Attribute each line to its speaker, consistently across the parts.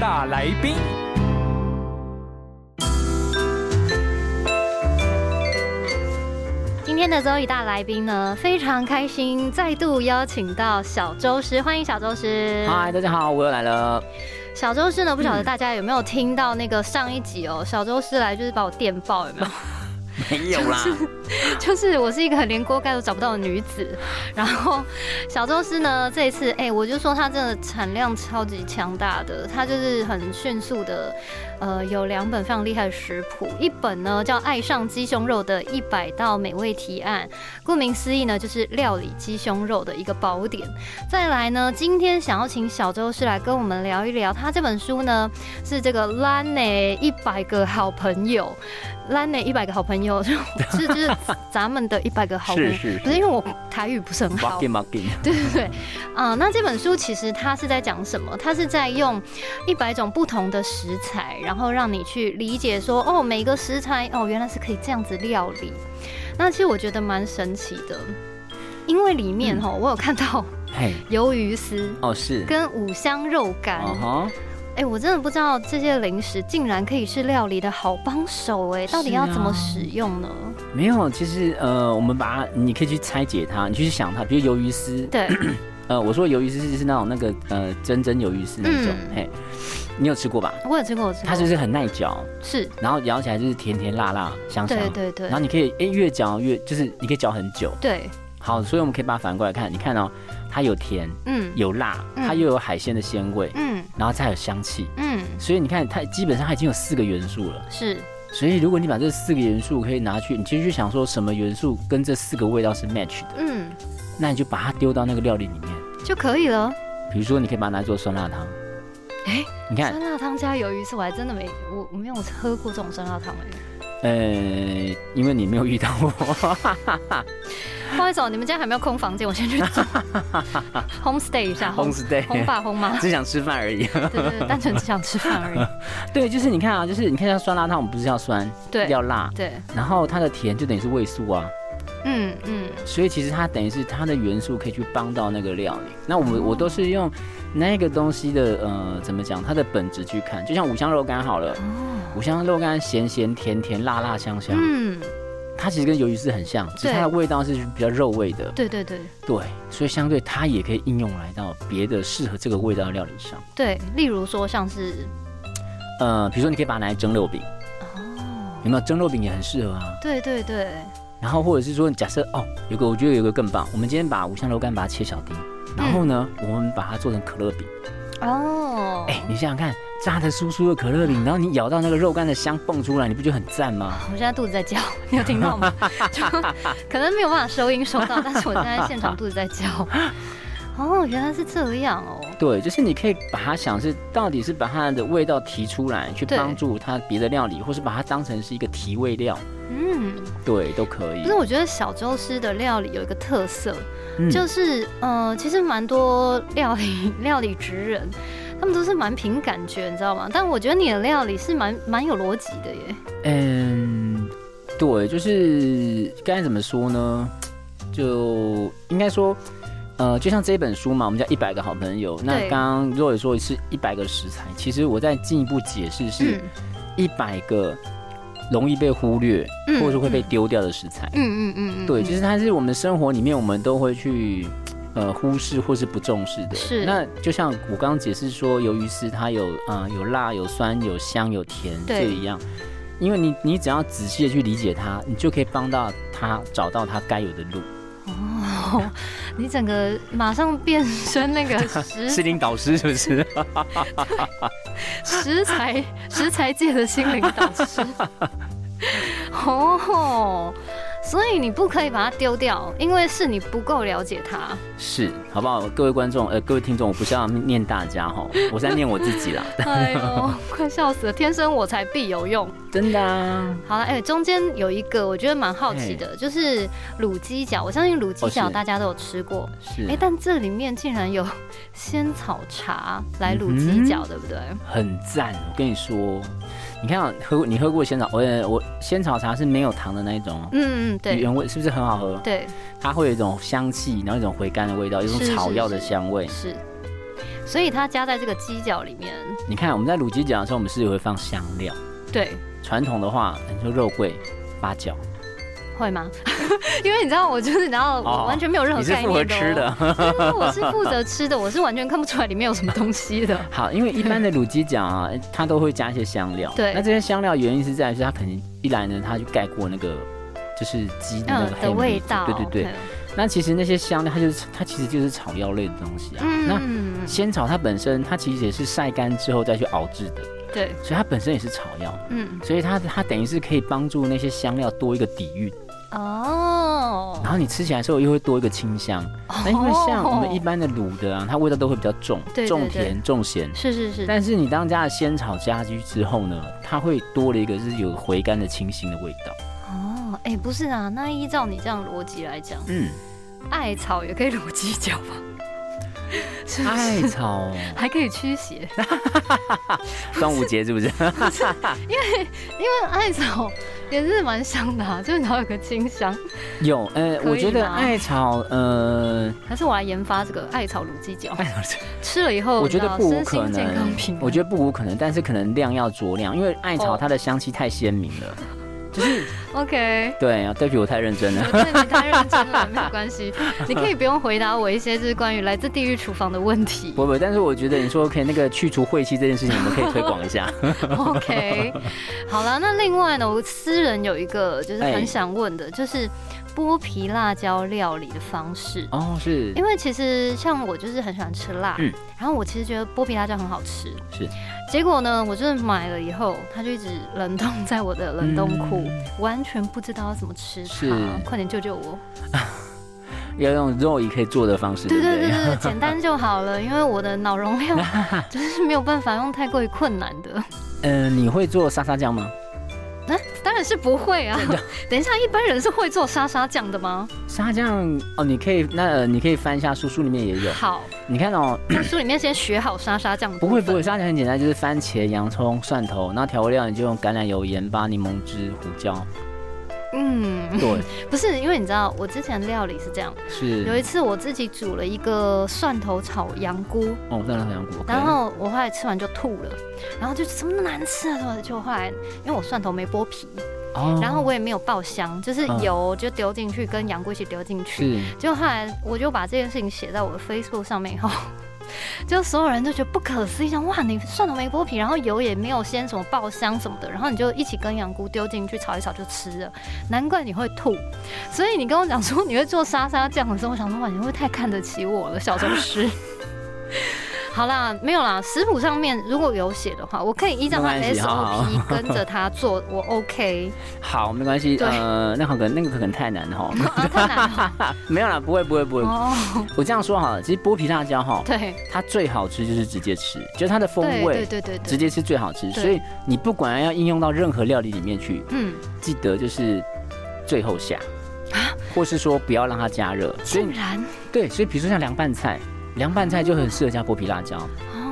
Speaker 1: 大来宾，
Speaker 2: 今天的 Zoe 大来宾呢，非常开心，再度邀请到小周师，欢迎小周师。
Speaker 3: 嗨，大家好，我又来了。
Speaker 2: 小周师呢，不晓得大家有没有听到那个上一集哦，小周师来就是把我电爆，有没有？
Speaker 3: 没有啦，
Speaker 2: 就是我是一个连锅盖都找不到的女子。然后小周师呢，这一次哎、我就说它真的产量超级强大的，它就是很迅速的，呃，有两本非常厉害的食谱，一本呢叫《爱上鸡胸肉的一百道美味提案》，顾名思义呢，就是料理鸡胸肉的一个宝典。再来呢，今天想要请小周师来跟我们聊一聊，他这本书呢是这个 l a n e 一百个好朋友。兰内一百个好朋友， 就是就是咱们的一百个好朋友，
Speaker 3: 是是是
Speaker 2: 不是因为我台语不是很好
Speaker 3: m，a g i n
Speaker 2: 对对对，啊、那这本书其实它是在讲什么？它是在用一百种不同的食材，然后让你去理解说，哦，每个食材哦，原来是可以这样子料理。那其实我觉得蛮神奇的，因为里
Speaker 3: 嗯
Speaker 2: 面哦，我有看到
Speaker 3: 嘿，
Speaker 2: 鱿鱼丝
Speaker 3: 哦是，
Speaker 2: 跟五香肉干，
Speaker 3: 啊哈，
Speaker 2: 哎、我真的不知道这些零食竟然可以是料理的好帮手哎，到底
Speaker 3: 是
Speaker 2: 要
Speaker 3: 啊
Speaker 2: 怎么使用呢？
Speaker 3: 没有，其实呃，我们把它，你可以去拆解它，你去想它，比如鱿鱼丝，
Speaker 2: 对，
Speaker 3: 呃，我说的鱿鱼丝是是那种那个呃真真鱿鱼丝那种，
Speaker 2: 嗯
Speaker 3: 嘿，你有吃过吧？
Speaker 2: 我有吃过，我有吃过，
Speaker 3: 它就是很耐嚼，
Speaker 2: 是，
Speaker 3: 然后咬起来就是甜甜辣辣香香，
Speaker 2: 对对对
Speaker 3: 然后你可以哎越嚼越就是你可以嚼很久，
Speaker 2: 对，
Speaker 3: 好，所以我们可以把它反过来看，你看哦，它有甜
Speaker 2: 嗯
Speaker 3: 有辣，
Speaker 2: 嗯
Speaker 3: 它又有海鲜的鲜味，
Speaker 2: 嗯
Speaker 3: 然后再有香气，
Speaker 2: 嗯，
Speaker 3: 所以你看它基本上它已经有四个元素了。
Speaker 2: 是。
Speaker 3: 所以，如果你把这四个元素可以拿去，你其实去想说什么元素跟这四个味道是 match 的，
Speaker 2: 嗯，
Speaker 3: 那你就把它丢到那个料理里面。
Speaker 2: 就可以了。
Speaker 3: 比如说，你可以把它拿来做酸辣汤。
Speaker 2: 哎
Speaker 3: 你
Speaker 2: 酸
Speaker 3: 看，
Speaker 2: 辣汤加鱿鱼丝，我还真的没，我我没有喝过这种酸辣汤哎、
Speaker 3: 呃，因为你没有遇到 我，
Speaker 2: 不好意思、哦，你们家还没有空房间，我先去 住 homestay 一下，
Speaker 3: 红 stay，
Speaker 2: 轰爸轰妈，
Speaker 3: 只想吃饭而已。
Speaker 2: 对对对，单纯只想吃饭 而已。
Speaker 3: 对，就是你看啊，就是你看像酸辣汤，我们不是要酸，
Speaker 2: 对
Speaker 3: 要辣，
Speaker 2: 对，
Speaker 3: 然后它的甜就等于是味素啊，
Speaker 2: 嗯嗯，
Speaker 3: 所以其实它等于是它的元素可以去帮到那个料理。那我我都是用那个东西的呃怎么讲，它的本质去看，就像五香肉干好了。
Speaker 2: 哦，
Speaker 3: 五香肉干咸咸甜甜辣辣香香，
Speaker 2: 嗯，
Speaker 3: 它其实跟鱿鱼丝很像，只是它的味道是比较肉味的。
Speaker 2: 对对对
Speaker 3: 对，所以相对它也可以应用来到别的适合这个味道的料理上。
Speaker 2: 对，例如说像是
Speaker 3: 呃，比如说你可以把它拿来蒸肉饼，
Speaker 2: 哦，
Speaker 3: 有没有？蒸肉饼也很适合啊。
Speaker 2: 对对对，
Speaker 3: 然后或者是说，假设哦，有个我觉得有个更棒，我们今天把五香肉干把它切小丁，
Speaker 2: 嗯
Speaker 3: 然后呢，我们把它做成可乐饼。
Speaker 2: 哦，
Speaker 3: 哎、你想想看，炸的酥酥的可乐饼，然后你咬到那个肉干的香蹦出来，你不就很赞吗？
Speaker 2: 我现在肚子在叫， 你有听到 吗？就可能没有办法收音收到，但是我现在现场肚子在 叫。哦，原来是这样哦。
Speaker 3: 对，就是你可以把它想是到底是把它的味道提出来，去
Speaker 2: 对
Speaker 3: 帮助它别的料理，或是把它当成是一个提味料，
Speaker 2: 嗯，
Speaker 3: 对，都可以
Speaker 2: 不是，。我觉得小周师的料理有一个特色，
Speaker 3: 嗯
Speaker 2: 就是呃，其实蛮多料理 料理职人，他们都是蛮凭感觉，你知道吗？但我觉得你的料理是蛮蛮有逻辑的耶。
Speaker 3: 嗯，对，就是该怎么说呢？就应该说，呃，就像这本书嘛，我们叫一百个好朋友。那
Speaker 2: 对
Speaker 3: 刚刚若也说是一百个食材，其实我再进一步解释
Speaker 2: 嗯
Speaker 3: 是一百个容易被忽略，
Speaker 2: 嗯
Speaker 3: 或者是会被丢掉的食材。
Speaker 2: 嗯嗯嗯嗯，
Speaker 3: 对，
Speaker 2: 嗯
Speaker 3: 其实它是我们生活里面我们都会去呃忽视或是不重视的。
Speaker 2: 是
Speaker 3: 那就像我刚刚解释说，鱿鱼丝它有啊、呃有辣、有酸、有香、有甜，
Speaker 2: 对
Speaker 3: 这一样。因为你你只要仔细的去理解它，你就可以帮到它找到它该有的路。
Speaker 2: 哦，你整个马上变身那个食
Speaker 3: 心灵导师是不 是？
Speaker 2: 食材 食材界的心灵导师。哦，所以你不可以把它丢掉，因为是你不够了解它。
Speaker 3: 是，好不好？各位观众，呃，各位听众，我不是要念大家哈，我是在念我自 己啦，
Speaker 2: 哎呦，快笑死了！天生我材必有用。
Speaker 3: 真的啊。
Speaker 2: 好了，哎、中间有一个我觉得蛮好奇的，就是卤鸡脚。我相信卤鸡
Speaker 3: 哦
Speaker 2: 脚
Speaker 3: 是
Speaker 2: 大家都有吃过，
Speaker 3: 是，
Speaker 2: 哎、但这里面竟然有仙草茶来卤鸡
Speaker 3: 嗯
Speaker 2: 脚，对不对？
Speaker 3: 很赞。我跟你说，你看啊喝你喝过仙草，我也我仙草茶是没有糖的那一种哦，
Speaker 2: 嗯嗯，对
Speaker 3: 原味是不是很好喝？
Speaker 2: 对
Speaker 3: 它会有一种香气，然后一种回甘的味道，一种
Speaker 2: 是是
Speaker 3: 草药的香味。
Speaker 2: 是。所以它加在这个鸡脚里面，
Speaker 3: 你看我们在卤鸡脚的时候，我们是会放香料。
Speaker 2: 对，
Speaker 3: 传统的话，你说肉桂、八角，
Speaker 2: 会吗？ 因为你知道我就是，然后我
Speaker 3: 哦
Speaker 2: 完全没有任何
Speaker 3: 你是
Speaker 2: 概念
Speaker 3: 负
Speaker 2: 哦
Speaker 3: 责吃的。
Speaker 2: 对我是负责吃的，我是完全看不出来里面有什么东西的。
Speaker 3: 好，因为一般的卤鸡脚啊，它都会加一些香料。
Speaker 2: 对
Speaker 3: 那这些香料原因是在于是它可能一来呢，它就盖过那个就是鸡的 那
Speaker 2: 嗯
Speaker 3: 个黑
Speaker 2: 的
Speaker 3: 米
Speaker 2: 味
Speaker 3: 子
Speaker 2: 道，
Speaker 3: 对对对。，那其实那些香料，它就是它其实就是草药类的东西啊。那
Speaker 2: 嗯，
Speaker 3: 仙草它本身它其实也是晒干之后再去熬制的，
Speaker 2: 对，
Speaker 3: 所以它本身也是草药，
Speaker 2: 嗯，
Speaker 3: 所以它它等于是可以帮助那些香料多一个底蕴，
Speaker 2: 哦，
Speaker 3: 然后你吃起来的时候又会多一个清香。那因为像我们一般的卤的啊，它味道都会比较重，
Speaker 2: 对对
Speaker 3: 重
Speaker 2: 对
Speaker 3: 甜重咸。
Speaker 2: 是是是，
Speaker 3: 但是你当加了仙草加进去之后呢，它会多了一个就是有回甘的清新的味道。
Speaker 2: 哦，哎，不是啊，那依照你这样逻辑来讲，
Speaker 3: 嗯，
Speaker 2: 艾草也可以卤鸡脚吧？ 是不
Speaker 3: 艾
Speaker 2: 是？
Speaker 3: 草哦，
Speaker 2: 还可以驱 邪，
Speaker 3: 端午节是不是？
Speaker 2: 但艾草也是蛮香的啊，就是它有个清香。
Speaker 3: 有，呃，
Speaker 2: 可以
Speaker 3: 我觉得
Speaker 2: 吗
Speaker 3: 艾草，呃，
Speaker 2: 还是我来研发这个艾草卤鸡脚，
Speaker 3: 艾草，
Speaker 2: 吃了以后，
Speaker 3: 我觉
Speaker 2: 你知
Speaker 3: 得
Speaker 2: 道
Speaker 3: 不
Speaker 2: 哦
Speaker 3: 无
Speaker 2: 身心
Speaker 3: 可
Speaker 2: 健
Speaker 3: 能
Speaker 2: 康平，衡
Speaker 3: 我觉得不无可能，但是可能量要酌量，因为艾草
Speaker 2: 哦
Speaker 3: 它的香气太鲜明了。
Speaker 2: OK。
Speaker 3: 对啊，对不起，我太认真了。
Speaker 2: 我对你太认真了，没有关 系，你可以不用回答我一些就是关于来自地狱厨房的问题。
Speaker 3: 不不，但是我觉得你说可以那个去除晦气这件事情，我们可以推广一下。
Speaker 2: OK，好了，那另外呢，我私人有一个就是
Speaker 3: 哎
Speaker 2: 很想问的，就是剥皮辣椒料理的方式。
Speaker 3: 哦，是
Speaker 2: 因为其实像我就是很喜欢吃辣，
Speaker 3: 嗯
Speaker 2: 然后我其实觉得剥皮辣椒很好吃，
Speaker 3: 是。
Speaker 2: 结果呢，我就是买了以后，它就一直冷冻在我的冷冻库，
Speaker 3: 嗯
Speaker 2: 完全不知道要怎么吃
Speaker 3: 是
Speaker 2: 它。快点救救我！
Speaker 3: 要用肉也可以做的方式，
Speaker 2: 对
Speaker 3: 不
Speaker 2: 对对对 对，简单就好了，因为我的脑容量就是没有办法用太过于困难的。
Speaker 3: 嗯，你会做沙沙酱吗？
Speaker 2: 那、当然是不会啊！等一下，一般人是会做沙沙酱的吗？
Speaker 3: 沙酱哦，你可以那呃，你可以翻一下书，书里面也有。
Speaker 2: 好，
Speaker 3: 你看哦，
Speaker 2: 那书里面先学好沙沙酱的
Speaker 3: 不
Speaker 2: 部
Speaker 3: 会
Speaker 2: 分。
Speaker 3: 不会，沙酱很简单，就是番茄、洋葱、蒜头，那调味料你就用橄榄油、盐巴、柠檬汁、胡椒。
Speaker 2: 嗯，
Speaker 3: 对，
Speaker 2: 不是，因为你知道，我之前料理是这样，有一
Speaker 3: 是
Speaker 2: 次我自己煮了一个蒜头炒羊菇，
Speaker 3: 哦，那很香菇。
Speaker 2: 然后我后来吃完就吐了，然后就什么那么难吃啊什么的，就后来因为我蒜头没剥皮，
Speaker 3: 哦
Speaker 2: 然后我也没有爆香，就是
Speaker 3: 嗯
Speaker 2: 油就丢进去，跟羊菇一起丢进去，
Speaker 3: 是
Speaker 2: 就后来我就把这件事情写在我的 Facebook 上面以后， 就所有人都觉得不可思议，想哇，你蒜头没剥皮，然后油也没有先什么爆香什么的，然后你就一起跟羊菇丢进去炒一炒就吃了，难怪你会吐。所以你跟我讲说你会做沙沙酱的时候，我想说哇，你会不会太看得起我了，小厨 师。好啦，没有啦，食谱上面如果有写的话，我可以依照它的
Speaker 3: 没关系好好
Speaker 2: SOP 跟着它做，我 OK
Speaker 3: 好，没关系。
Speaker 2: 对
Speaker 3: 呃，那可能那个可能太难哈。
Speaker 2: 啊，太难了
Speaker 3: 没有啦，不会不会不会。
Speaker 2: 哦，
Speaker 3: 我这样说好了，其实剥皮辣椒哈，
Speaker 2: 对
Speaker 3: 它最好吃就是直接吃，就是它的风
Speaker 2: 对哦对
Speaker 3: 味。
Speaker 2: 对对
Speaker 3: 直
Speaker 2: 对，
Speaker 3: 接吃最好吃，
Speaker 2: 对
Speaker 3: 所以你不管要应用到任何料理里面去，
Speaker 2: 嗯，
Speaker 3: 记得就是最后下，
Speaker 2: 啊
Speaker 3: 或是说不要让它加热。所以
Speaker 2: 竟然
Speaker 3: 对，所以比如说像凉拌菜，凉拌菜就很适合加剥皮辣
Speaker 2: 哦
Speaker 3: 椒。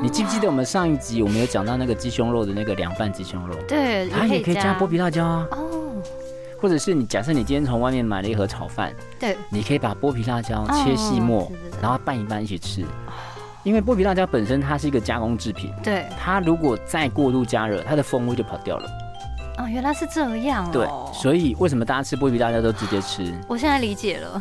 Speaker 3: 你记不记得我们上一集我们有讲到那个鸡胸肉的那个凉拌鸡胸肉，
Speaker 2: 哦对，
Speaker 3: 它也可以加剥皮辣椒啊。
Speaker 2: 哦，
Speaker 3: 或者是你假设你今天从外面买了一盒炒饭，
Speaker 2: 对，
Speaker 3: 你可以把剥皮辣椒切细末
Speaker 2: 哦是的，
Speaker 3: 然后拌一拌一起吃。因为剥皮辣椒本身它是一个加工制品，
Speaker 2: 对
Speaker 3: 它如果再过度加热，它的风味就跑掉了。
Speaker 2: 哦，原来是这样、哦。
Speaker 3: 对，所以为什么大家吃剥皮辣椒都直接吃？
Speaker 2: 我现在理解了，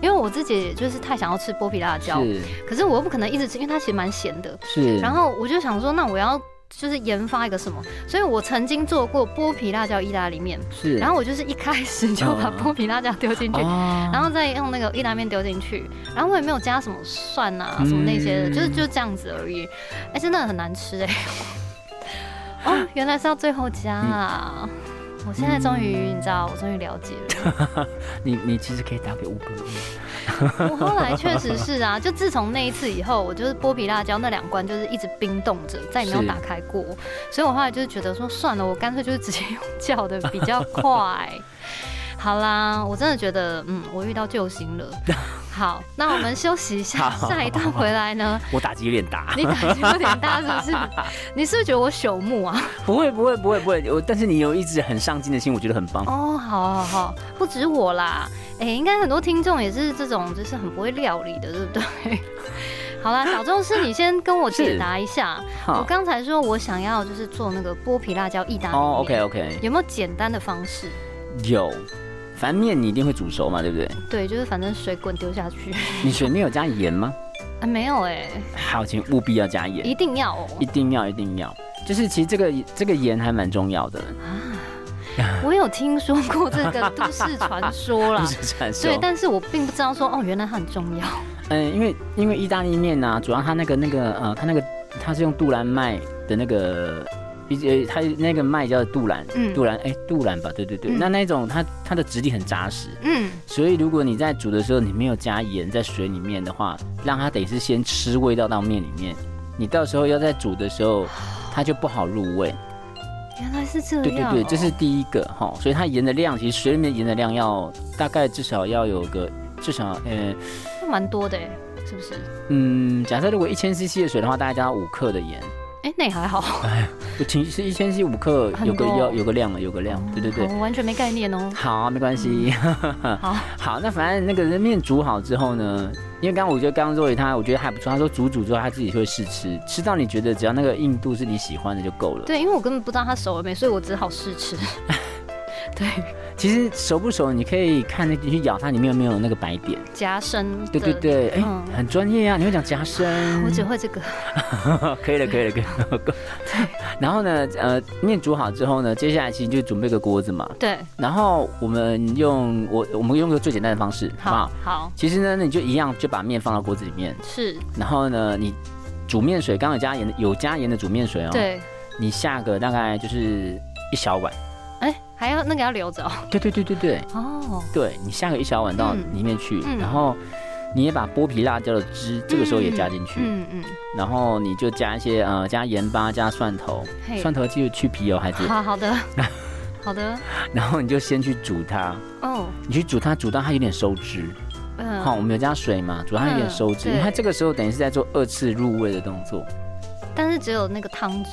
Speaker 2: 因为我自己也就是太想要吃剥皮辣椒，
Speaker 3: 是
Speaker 2: 可是我又不可能一直吃，因为它其实蛮咸的。
Speaker 3: 是，
Speaker 2: 然后我就想说，那我要就是研发一个什么，所以我曾经做过剥皮辣椒意大利面，
Speaker 3: 是，
Speaker 2: 然后我就是一开始就把
Speaker 3: 嗯
Speaker 2: 剥皮辣椒丢进去。
Speaker 3: 哦
Speaker 2: 然后再用那个意大利面丢进去，然后我也没有加什么蒜啊什么那些的，
Speaker 3: 嗯
Speaker 2: 就是就这样子而已。哎、
Speaker 3: 嗯
Speaker 2: 真的很难吃哎、哦，原来是要最后加啊。我现在终于，你知道，我终于了解了。
Speaker 3: 你你其实可以打给 Uber，
Speaker 2: 我后来确实是啊，就自从那一次以后，我就是剥皮辣椒那两关就是一直冰冻着，再也没有
Speaker 3: 是
Speaker 2: 打开过。所以我后来就是觉得说，算了，我干脆就是直接用叫的比较快。 好啦，我真的觉得，嗯，我遇到救星了。好，那我们休息一下，
Speaker 3: 好
Speaker 2: 下一趟回来呢，
Speaker 3: 我打击有点大。
Speaker 2: 你打击有点大是不是？你是不是觉得我朽木啊？
Speaker 3: 不会不会不会不会，我但是你有一直很上进的心，我觉得很棒。
Speaker 2: 哦，好好好，不止我啦，哎、应该很多听众也是这种，就是很不会料理的，对不对？ 好啦，小周是你先跟我解
Speaker 3: 是
Speaker 2: 答一下，我
Speaker 3: 好，
Speaker 2: 刚才说我想要就是做那个剥皮辣椒意大利面、
Speaker 3: 哦，OK OK，
Speaker 2: 有没有简单的方式？
Speaker 3: 有，反正面你一定会煮熟嘛，对不对？
Speaker 2: 对，就是反正水滚丢下去，
Speaker 3: 你水面有加盐吗？
Speaker 2: 啊、没有哎、
Speaker 3: 好，请务必要加盐，
Speaker 2: 一定要哦、
Speaker 3: 一定要一定要。就是其实这个这个盐还蛮重要的，
Speaker 2: 我有听说过这个都市传说啦
Speaker 3: 不。是哦传说
Speaker 2: 对，。但是我并不知道说哦，原来它很重要。
Speaker 3: 嗯，因为因为意大利面呢、主要它那个那个呃，它那个它是用杜兰麦的那个。呃，它那个麦叫杜兰，
Speaker 2: 嗯
Speaker 3: 杜兰，哎、杜兰吧，对对对，
Speaker 2: 嗯
Speaker 3: 那那种它它的质地很扎实，
Speaker 2: 嗯，
Speaker 3: 所以如果你在煮的时候你没有加盐在水里面的话，让它等于是先吃味道到面里面，你到时候要在煮的时候，它就不好入味。
Speaker 2: 原来嗯是这样、哦
Speaker 3: 对对对，这是。第一个哈，所以它盐的量其实水里面盐的量要大概至少要有个至少呃
Speaker 2: 蛮多的哎，是不是？
Speaker 3: 嗯，假设如果一千 CC 的水的话，大概加五克的盐，
Speaker 2: 哎、那也还好，
Speaker 3: 就其实一千 CC 五克
Speaker 2: 很
Speaker 3: 有个
Speaker 2: 多哦
Speaker 3: 要有个量了，有个量，对对对。
Speaker 2: 我完全没概念哦。
Speaker 3: 好，没关系。
Speaker 2: 嗯好，
Speaker 3: 好，那反正那个面煮好之后呢，因为刚刚我觉得刚刚肉爷他我觉得还不错，他说煮煮之后他自己会试吃，吃到你觉得只要那个硬度是你喜欢的就够了。
Speaker 2: 对，因为我根本不知道它熟了没，所以我只好试 吃。对，
Speaker 3: 其实熟不熟你可以看那你去咬它里面有没有那个白点。
Speaker 2: 夹生的。
Speaker 3: 对对对，哎、
Speaker 2: 嗯
Speaker 3: 很专业啊，你会讲夹生。
Speaker 2: 我只会这个。
Speaker 3: 可以了，可以了，可以了。 够然后呢，呃，面煮好之后呢，接下来其实就准备个锅子嘛。
Speaker 2: 对，
Speaker 3: 然后我们用我我们用个最简单的方式，好不
Speaker 2: 好
Speaker 3: 好？
Speaker 2: 好
Speaker 3: 其实呢，那你就一样就把面放到锅子里面，
Speaker 2: 是，
Speaker 3: 然后呢，你煮面水，刚刚有加盐的，有加盐的煮面水哦。，
Speaker 2: 对，
Speaker 3: 你下个大概就是一小碗。
Speaker 2: 哎、还要那个要留着哦。
Speaker 3: 对对对对对，
Speaker 2: 哦，
Speaker 3: 对你下个一小碗到
Speaker 2: 嗯
Speaker 3: 里面去，
Speaker 2: 嗯
Speaker 3: 然后你也把剥皮辣椒的汁这个时候也加进去，
Speaker 2: 嗯嗯，
Speaker 3: 然后你就加一些呃加盐巴加蒜头，
Speaker 2: 嘿
Speaker 3: 蒜头记得去皮哦，孩子。
Speaker 2: 好好的，好的，
Speaker 3: 然后你就先去煮它，
Speaker 2: 哦，
Speaker 3: 你去煮它，煮到它有点收汁。
Speaker 2: 嗯、
Speaker 3: 好、我们有加水嘛，煮到它有点收汁，
Speaker 2: 嗯
Speaker 3: 因为它
Speaker 2: 对
Speaker 3: 这个时候等于是在做二次入味的动作。
Speaker 2: 但是只有那个汤汁，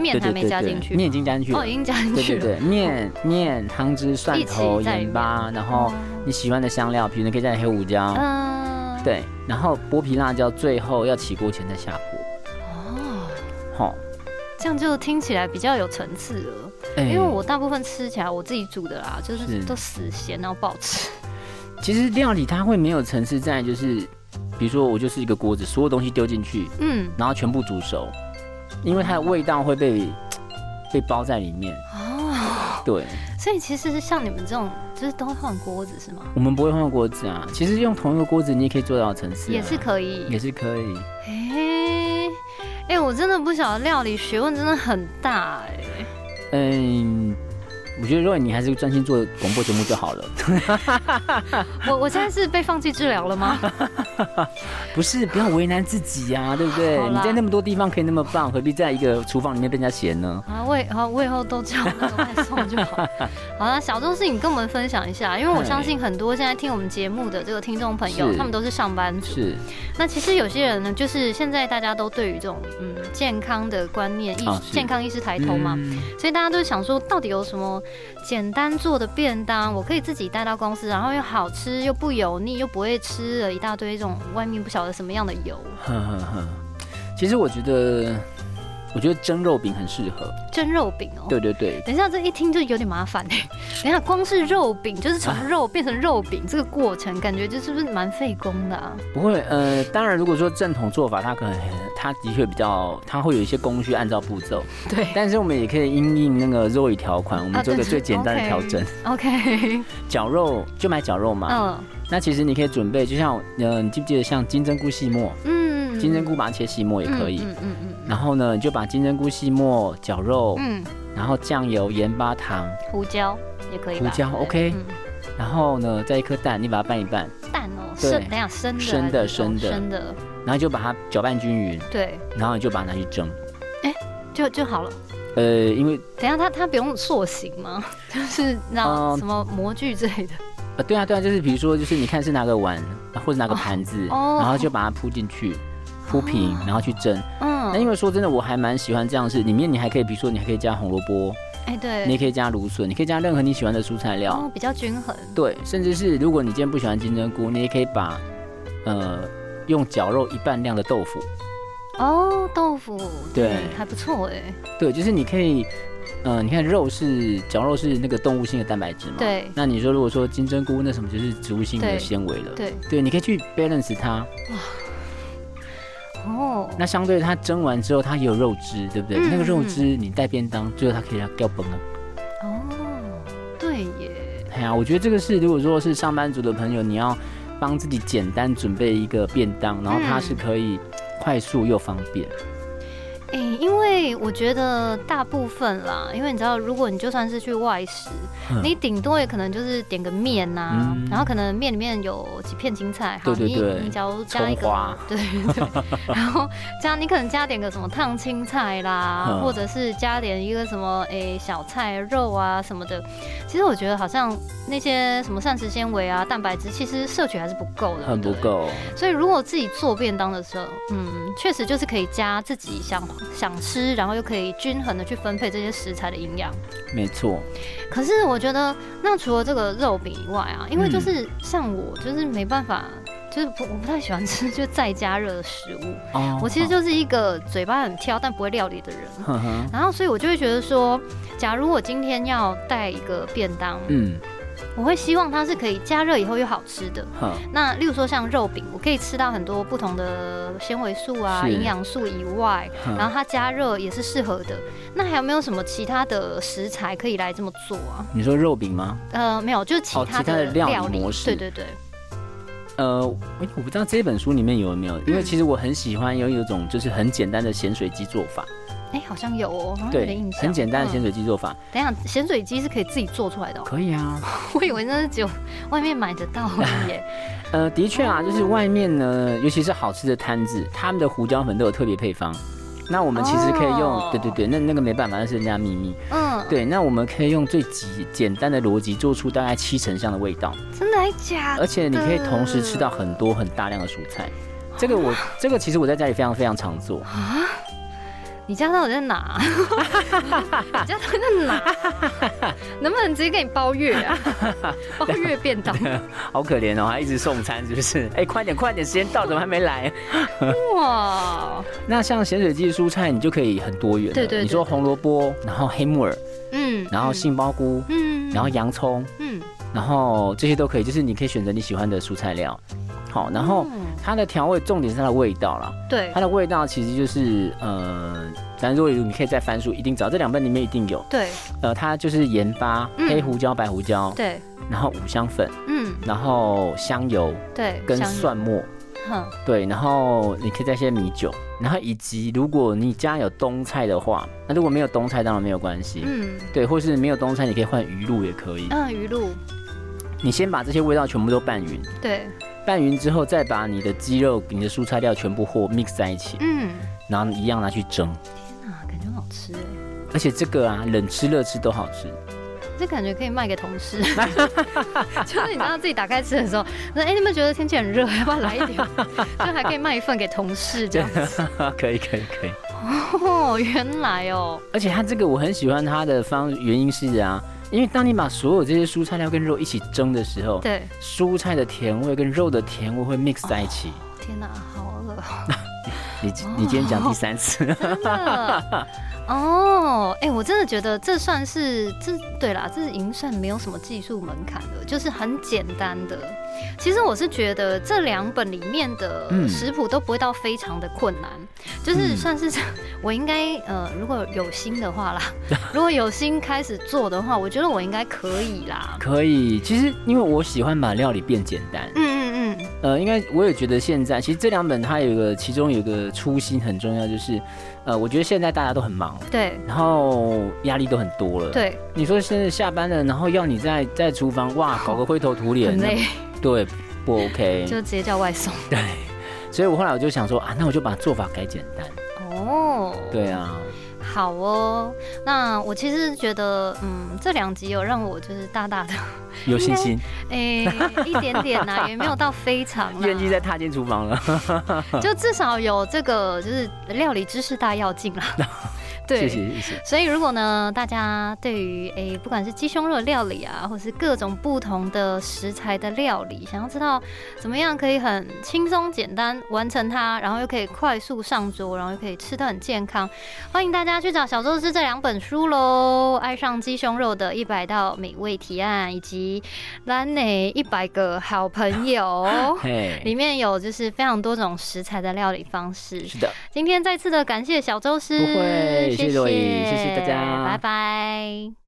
Speaker 2: 面
Speaker 3: 对
Speaker 2: 还
Speaker 3: 对
Speaker 2: 没
Speaker 3: 对
Speaker 2: 加进
Speaker 3: 对，
Speaker 2: 去。
Speaker 3: 面已经加进去了。
Speaker 2: 哦，已经加进
Speaker 3: 对
Speaker 2: 去
Speaker 3: 对
Speaker 2: 了。
Speaker 3: 对，面面汤汁、蒜头、
Speaker 2: 一起在
Speaker 3: 盐巴，然后你喜欢的香料，比如你可以加点黑胡椒，
Speaker 2: 嗯、
Speaker 3: 对，然后剥皮辣椒，最后要起锅前再下锅。
Speaker 2: 哦，
Speaker 3: 吼，
Speaker 2: 这样就听起来比较有层次了。
Speaker 3: 哎
Speaker 2: 因为我大部分吃起来我自己煮的啦，就是
Speaker 3: 是
Speaker 2: 都死咸，然后不好吃。
Speaker 3: 其实料理它会没有层次在，就是比如说我就是一个锅子，所有东西丢进去，
Speaker 2: 嗯，
Speaker 3: 然后全部煮熟，因为它的味道会被被包在里面。
Speaker 2: 哦，
Speaker 3: 对，
Speaker 2: 所以其实是像你们这种，就是都会换锅子是吗？
Speaker 3: 我们不会换锅子啊。其实用同一个锅子，你也可以做到层次、啊，
Speaker 2: 也是可以。
Speaker 3: 也是可以。
Speaker 2: 哎、哎、我真的不晓得料理学问真的很大哎、
Speaker 3: 嗯，我觉得若你还是专心做广播节目就 好了。
Speaker 2: 我我现在是被放弃治疗了 吗？
Speaker 3: 不是，不要为难自己呀、对不对
Speaker 2: 好？
Speaker 3: 你
Speaker 2: 啦
Speaker 3: 在那么多地方可以那么棒，何必在一个厨房里面被人家嫌呢？
Speaker 2: 啊，我以啊，我以后都叫那个外送就好。好啦，小周是你跟我们分享一下，因为我相信很多现在听我们节目的这个听众朋友，
Speaker 3: 是
Speaker 2: 他们都是上班族。
Speaker 3: 是
Speaker 2: 那其实有些人呢，就是现在大家都对于这种嗯健康的观念、意识、
Speaker 3: 啊是
Speaker 2: 健康意识抬头嘛，
Speaker 3: 嗯
Speaker 2: 所以大家都想说，到底有什么简单做的便当，我可以自己带到公司，然后又好吃又不油腻，又不会吃了一大堆这种外面不晓得什么样的油，
Speaker 3: 呵呵呵，嗯其实我觉得，我觉得蒸肉饼很适合。
Speaker 2: 蒸肉饼哦。
Speaker 3: 对对对，
Speaker 2: 等一下，这一听就有点麻烦哎、 等一下，光是肉饼，就是从肉变成肉饼、这个过程，感觉就是不是蛮费工的 啊？
Speaker 3: 不会呃，当然如果说正统做法，它可能它的确比较，它会有一些工序按照步骤，
Speaker 2: 对
Speaker 3: 但是我们也可以因应那个肉语条款，我
Speaker 2: 啊
Speaker 3: 们做
Speaker 2: 对
Speaker 3: 一个
Speaker 2: 对
Speaker 3: 最简单的 调整。
Speaker 2: ，OK，
Speaker 3: 绞肉就买绞肉嘛，
Speaker 2: 嗯
Speaker 3: 那其实你可以准备，就像呃，你记不记得像金针菇细末，
Speaker 2: 嗯，
Speaker 3: 金针菇把它切细末也可以。
Speaker 2: 嗯嗯嗯
Speaker 3: 然后呢，你就把金针菇细末、绞肉，
Speaker 2: 嗯嗯
Speaker 3: 然后酱油、盐巴、糖，
Speaker 2: 胡椒也可以吧。
Speaker 3: 胡椒
Speaker 2: 对
Speaker 3: OK
Speaker 2: 嗯
Speaker 3: 然后呢再一颗蛋，你把它拌一拌，
Speaker 2: 蛋哦，
Speaker 3: 对
Speaker 2: 生等一下生的
Speaker 3: 生的
Speaker 2: 还是
Speaker 3: 生的
Speaker 2: 生的，
Speaker 3: 然后就把它搅拌均匀，
Speaker 2: 对，
Speaker 3: 然后你就把它拿去蒸。
Speaker 2: 就就好了。
Speaker 3: 呃，因为
Speaker 2: 等一下它它不用塑形吗？ 就是那
Speaker 3: 嗯
Speaker 2: 什么模具之类的。
Speaker 3: 呃，对啊，对啊，就是比如说，就是你看是拿个碗啊或者拿个盘子，
Speaker 2: 哦
Speaker 3: 然后就把它铺进去，铺平，然后去蒸。那因
Speaker 2: 嗯，
Speaker 3: 为说真的，我还蛮喜欢这样的是，里面你还可以，比如说你还可以加红萝卜，
Speaker 2: 哎
Speaker 3: 你也
Speaker 2: 对，
Speaker 3: 可以加芦笋，你可以加任何你喜欢的蔬菜料。
Speaker 2: 哦比较均衡。
Speaker 3: 对，甚至是如果你今天不喜欢金针菇，你也可以把呃用绞肉一半量的豆腐，
Speaker 2: 哦，豆腐，
Speaker 3: 对
Speaker 2: 嗯还不错哎。
Speaker 3: 对，就是你可以。呃，你看肉是绞肉是那个动物性的蛋白质嘛？
Speaker 2: 对
Speaker 3: 那你说如果说金针菇那什么就是植物性的
Speaker 2: 对
Speaker 3: 纤维了。
Speaker 2: 对，
Speaker 3: 对，你可以去 balance 它。
Speaker 2: 哦，
Speaker 3: 那相对它蒸完之后，它也有肉汁，对不对？
Speaker 2: 嗯
Speaker 3: 那个肉汁你带便当，最后它可以掉崩啊。
Speaker 2: 哦，对耶，
Speaker 3: 哎呀，我觉得这个是如果说是上班族的朋友，你要帮自己简单准备一个便当，然后它是可以快速又方便。
Speaker 2: 哎，因为我觉得大部分啦，因为你知道，如果你就算是去外食，
Speaker 3: 嗯
Speaker 2: 你顶多也可能就是点个面呐、啊，
Speaker 3: 嗯
Speaker 2: 然后可能面里面有几片青菜，好，
Speaker 3: 对对对
Speaker 2: 你你假如加一
Speaker 3: 葱
Speaker 2: 个
Speaker 3: 花，
Speaker 2: 对对，然后加你可能加点个什么烫青菜啦，
Speaker 3: 嗯
Speaker 2: 或者是加点一个什么诶、小菜肉啊什么的。其实我觉得好像那些什么膳食纤维啊、蛋白质，其实摄取还是不够的，
Speaker 3: 很不
Speaker 2: 对对。
Speaker 3: 够，
Speaker 2: 所以如果自己做便当的时候，嗯，确实就是可以加自己想想吃，然后又可以均衡的去分配这些食材的营养。
Speaker 3: 没错，
Speaker 2: 可是我觉得，那除了这个肉饼以外啊，因为就是
Speaker 3: 嗯
Speaker 2: 像我，就是没办法，就是不我不太喜欢吃就在家热的食物。
Speaker 3: 哦
Speaker 2: 我其实，就是一个嘴巴很挑但不会料理的人，
Speaker 3: 呵呵，
Speaker 2: 然后所以我就会觉得说，假如我今天要带一个便当，
Speaker 3: 嗯，
Speaker 2: 我会希望它是可以加热以后又好吃的。
Speaker 3: 呵，
Speaker 2: 那例如说像肉饼，我可以吃到很多不同的纤维素啊、
Speaker 3: 是嗯
Speaker 2: 营养素以外，
Speaker 3: 呵
Speaker 2: 然后它加热也是适合的。那还有没有什么其他的食材可以来这么做啊？
Speaker 3: 你说肉饼吗？
Speaker 2: 呃，没有，就是其
Speaker 3: 哦
Speaker 2: 他
Speaker 3: 其他的料理
Speaker 2: 理
Speaker 3: 模式
Speaker 2: 对对对，
Speaker 3: 呃，诶我不知道这本书里面有没有，因为
Speaker 2: 嗯
Speaker 3: 其实我很喜欢有一种就是很简单的咸水鸡做法，
Speaker 2: 哎，好像有哦，好像有点
Speaker 3: 对
Speaker 2: 印，象。
Speaker 3: 很简单的咸
Speaker 2: 嗯
Speaker 3: 水鸡做法，
Speaker 2: 等一下，咸水鸡是可以自己做出来 的、哦，
Speaker 3: 可以 啊，
Speaker 2: 我以为那是只有外面买得到而已耶。
Speaker 3: 呃，的确啊，就是外面呢，尤其是好吃的摊子，他们的胡椒粉都有特别配方。那我们其实可以用，
Speaker 2: 哦
Speaker 3: 对对对，那那个没办法，那是人家秘密。
Speaker 2: 嗯，，
Speaker 3: 对，那我们可以用最极简单的逻辑做出大概七成像的味道，
Speaker 2: 真的还假啊的？
Speaker 3: 而且你可以同时吃到很多很大量的蔬菜。这个我这个其实我在家里非常非常常做，
Speaker 2: 你家到底在 哪？你家到底在哪？ 能不能直接给你包月啊？包月便当？
Speaker 3: 好可怜哦，还一直送餐是不是？ 哎，快点快点，时间到，怎么还没来？
Speaker 2: 哇，
Speaker 3: 那像咸水鸡蔬菜，你就可以很多元了。
Speaker 2: 对对对
Speaker 3: 你说
Speaker 2: 对
Speaker 3: 红萝卜，然后黑木耳，
Speaker 2: 嗯，
Speaker 3: 然后杏鲍菇，
Speaker 2: 嗯，嗯，
Speaker 3: 然后洋葱，
Speaker 2: 嗯，
Speaker 3: 然后这些都可以，就是你可以选择你喜欢的蔬菜料。好，然后
Speaker 2: 嗯
Speaker 3: 它的调味重点是它的味道啦，
Speaker 2: 对
Speaker 3: 它的味道其实就是呃，咱如果你可以再翻书，一定找这两本里面一定有。
Speaker 2: 对
Speaker 3: 呃，它就是盐巴、
Speaker 2: 嗯
Speaker 3: 黑胡椒、白胡椒，
Speaker 2: 对，
Speaker 3: 然后五香粉，
Speaker 2: 嗯
Speaker 3: 然后香油
Speaker 2: 对，
Speaker 3: 跟
Speaker 2: 香
Speaker 3: 蒜末，
Speaker 2: 哼
Speaker 3: 对，然后你可以再些米酒，然后以及如果你家有冬菜的话，那如果没有冬菜当然没有关系，
Speaker 2: 嗯
Speaker 3: 对，或是没有冬菜你可以换鱼露也可以。
Speaker 2: 嗯，鱼露，
Speaker 3: 你先把这些味道全部都拌匀，
Speaker 2: 对，
Speaker 3: 拌匀之后，再把你的鸡肉、你的蔬菜料全部和 mix 在一起，
Speaker 2: 嗯，
Speaker 3: 然后一样拿去蒸。
Speaker 2: 啊，感觉很好吃哎。
Speaker 3: 而且这个啊，冷吃热吃都好吃。
Speaker 2: 这感觉可以卖给同事， 就是你知 道自己打开吃的时候，说哎、你们觉得天气很热，要不要来一 点？就还可以卖一份给同事这样。
Speaker 3: 可以可以可以。
Speaker 2: 哦，原来哦，
Speaker 3: 而且它这个我很喜欢它的方，原因是啊，因为当你把所有这些蔬菜料跟肉一起蒸的时候，
Speaker 2: 对，
Speaker 3: 蔬菜的甜味跟肉的甜味会 mix 在一起。
Speaker 2: 天哪，好饿哦，
Speaker 3: 你
Speaker 2: 哦
Speaker 3: 你今天讲第三次，
Speaker 2: 真的。 哦，哎、我真的觉得这算是这对啦，这已经算没有什么技术门槛了，就是很简单的。其实我是觉得这两本里面的
Speaker 3: 嗯
Speaker 2: 食谱都不会到非常的困难，就是
Speaker 3: 嗯
Speaker 2: 算是 我应该呃，如果有心的话啦， 如果有心开始做的话，我 觉得我应该可以啦。
Speaker 3: 可以。其实因为我喜欢把料理变简单，
Speaker 2: 嗯嗯嗯，
Speaker 3: 呃，应该我也觉得现在其实这两本它有一个，其中有一个初心很重要，就是呃，我觉得现在大家都很忙，
Speaker 2: 对
Speaker 3: 然后压力都很多了。，
Speaker 2: 对，
Speaker 3: 你说现在下班了，然后要你在在厨房 哇搞个灰头土脸，
Speaker 2: 很累，
Speaker 3: 那对，不 OK。
Speaker 2: 就直接叫外送。
Speaker 3: 所以我后来我就想说啊，那我就把做法改简单。
Speaker 2: 哦，
Speaker 3: 对啊，
Speaker 2: 好哦。那我其实觉得，嗯，这两集有让我就是大 大的，
Speaker 3: 有信心，
Speaker 2: 哎、一点点呐、也没有到非常
Speaker 3: 愿意
Speaker 2: 啦，
Speaker 3: 再踏进厨房了。
Speaker 2: 就至少有这个就是料理知识大要进 啦。对，
Speaker 3: 谢谢谢谢。。
Speaker 2: 所以，如果呢，大家对于诶、不管是鸡胸肉料理啊，或是各种不同的食材的料理，想要知道怎么样可以很轻松简单完成它，然后又可以快速上桌，然后又可以吃得很健康，欢迎大家去找小周师这两本书喽，《爱上鸡胸肉的一百道美味提案》以及《兰内一百个好朋友》
Speaker 3: 嘿，
Speaker 2: 里面有就是非常多种食材的料理方式，
Speaker 3: 是的，
Speaker 2: 今天再次的感谢小周师，
Speaker 3: 不会谢谢
Speaker 2: 谢
Speaker 3: 若仪谢谢大家
Speaker 2: 拜拜。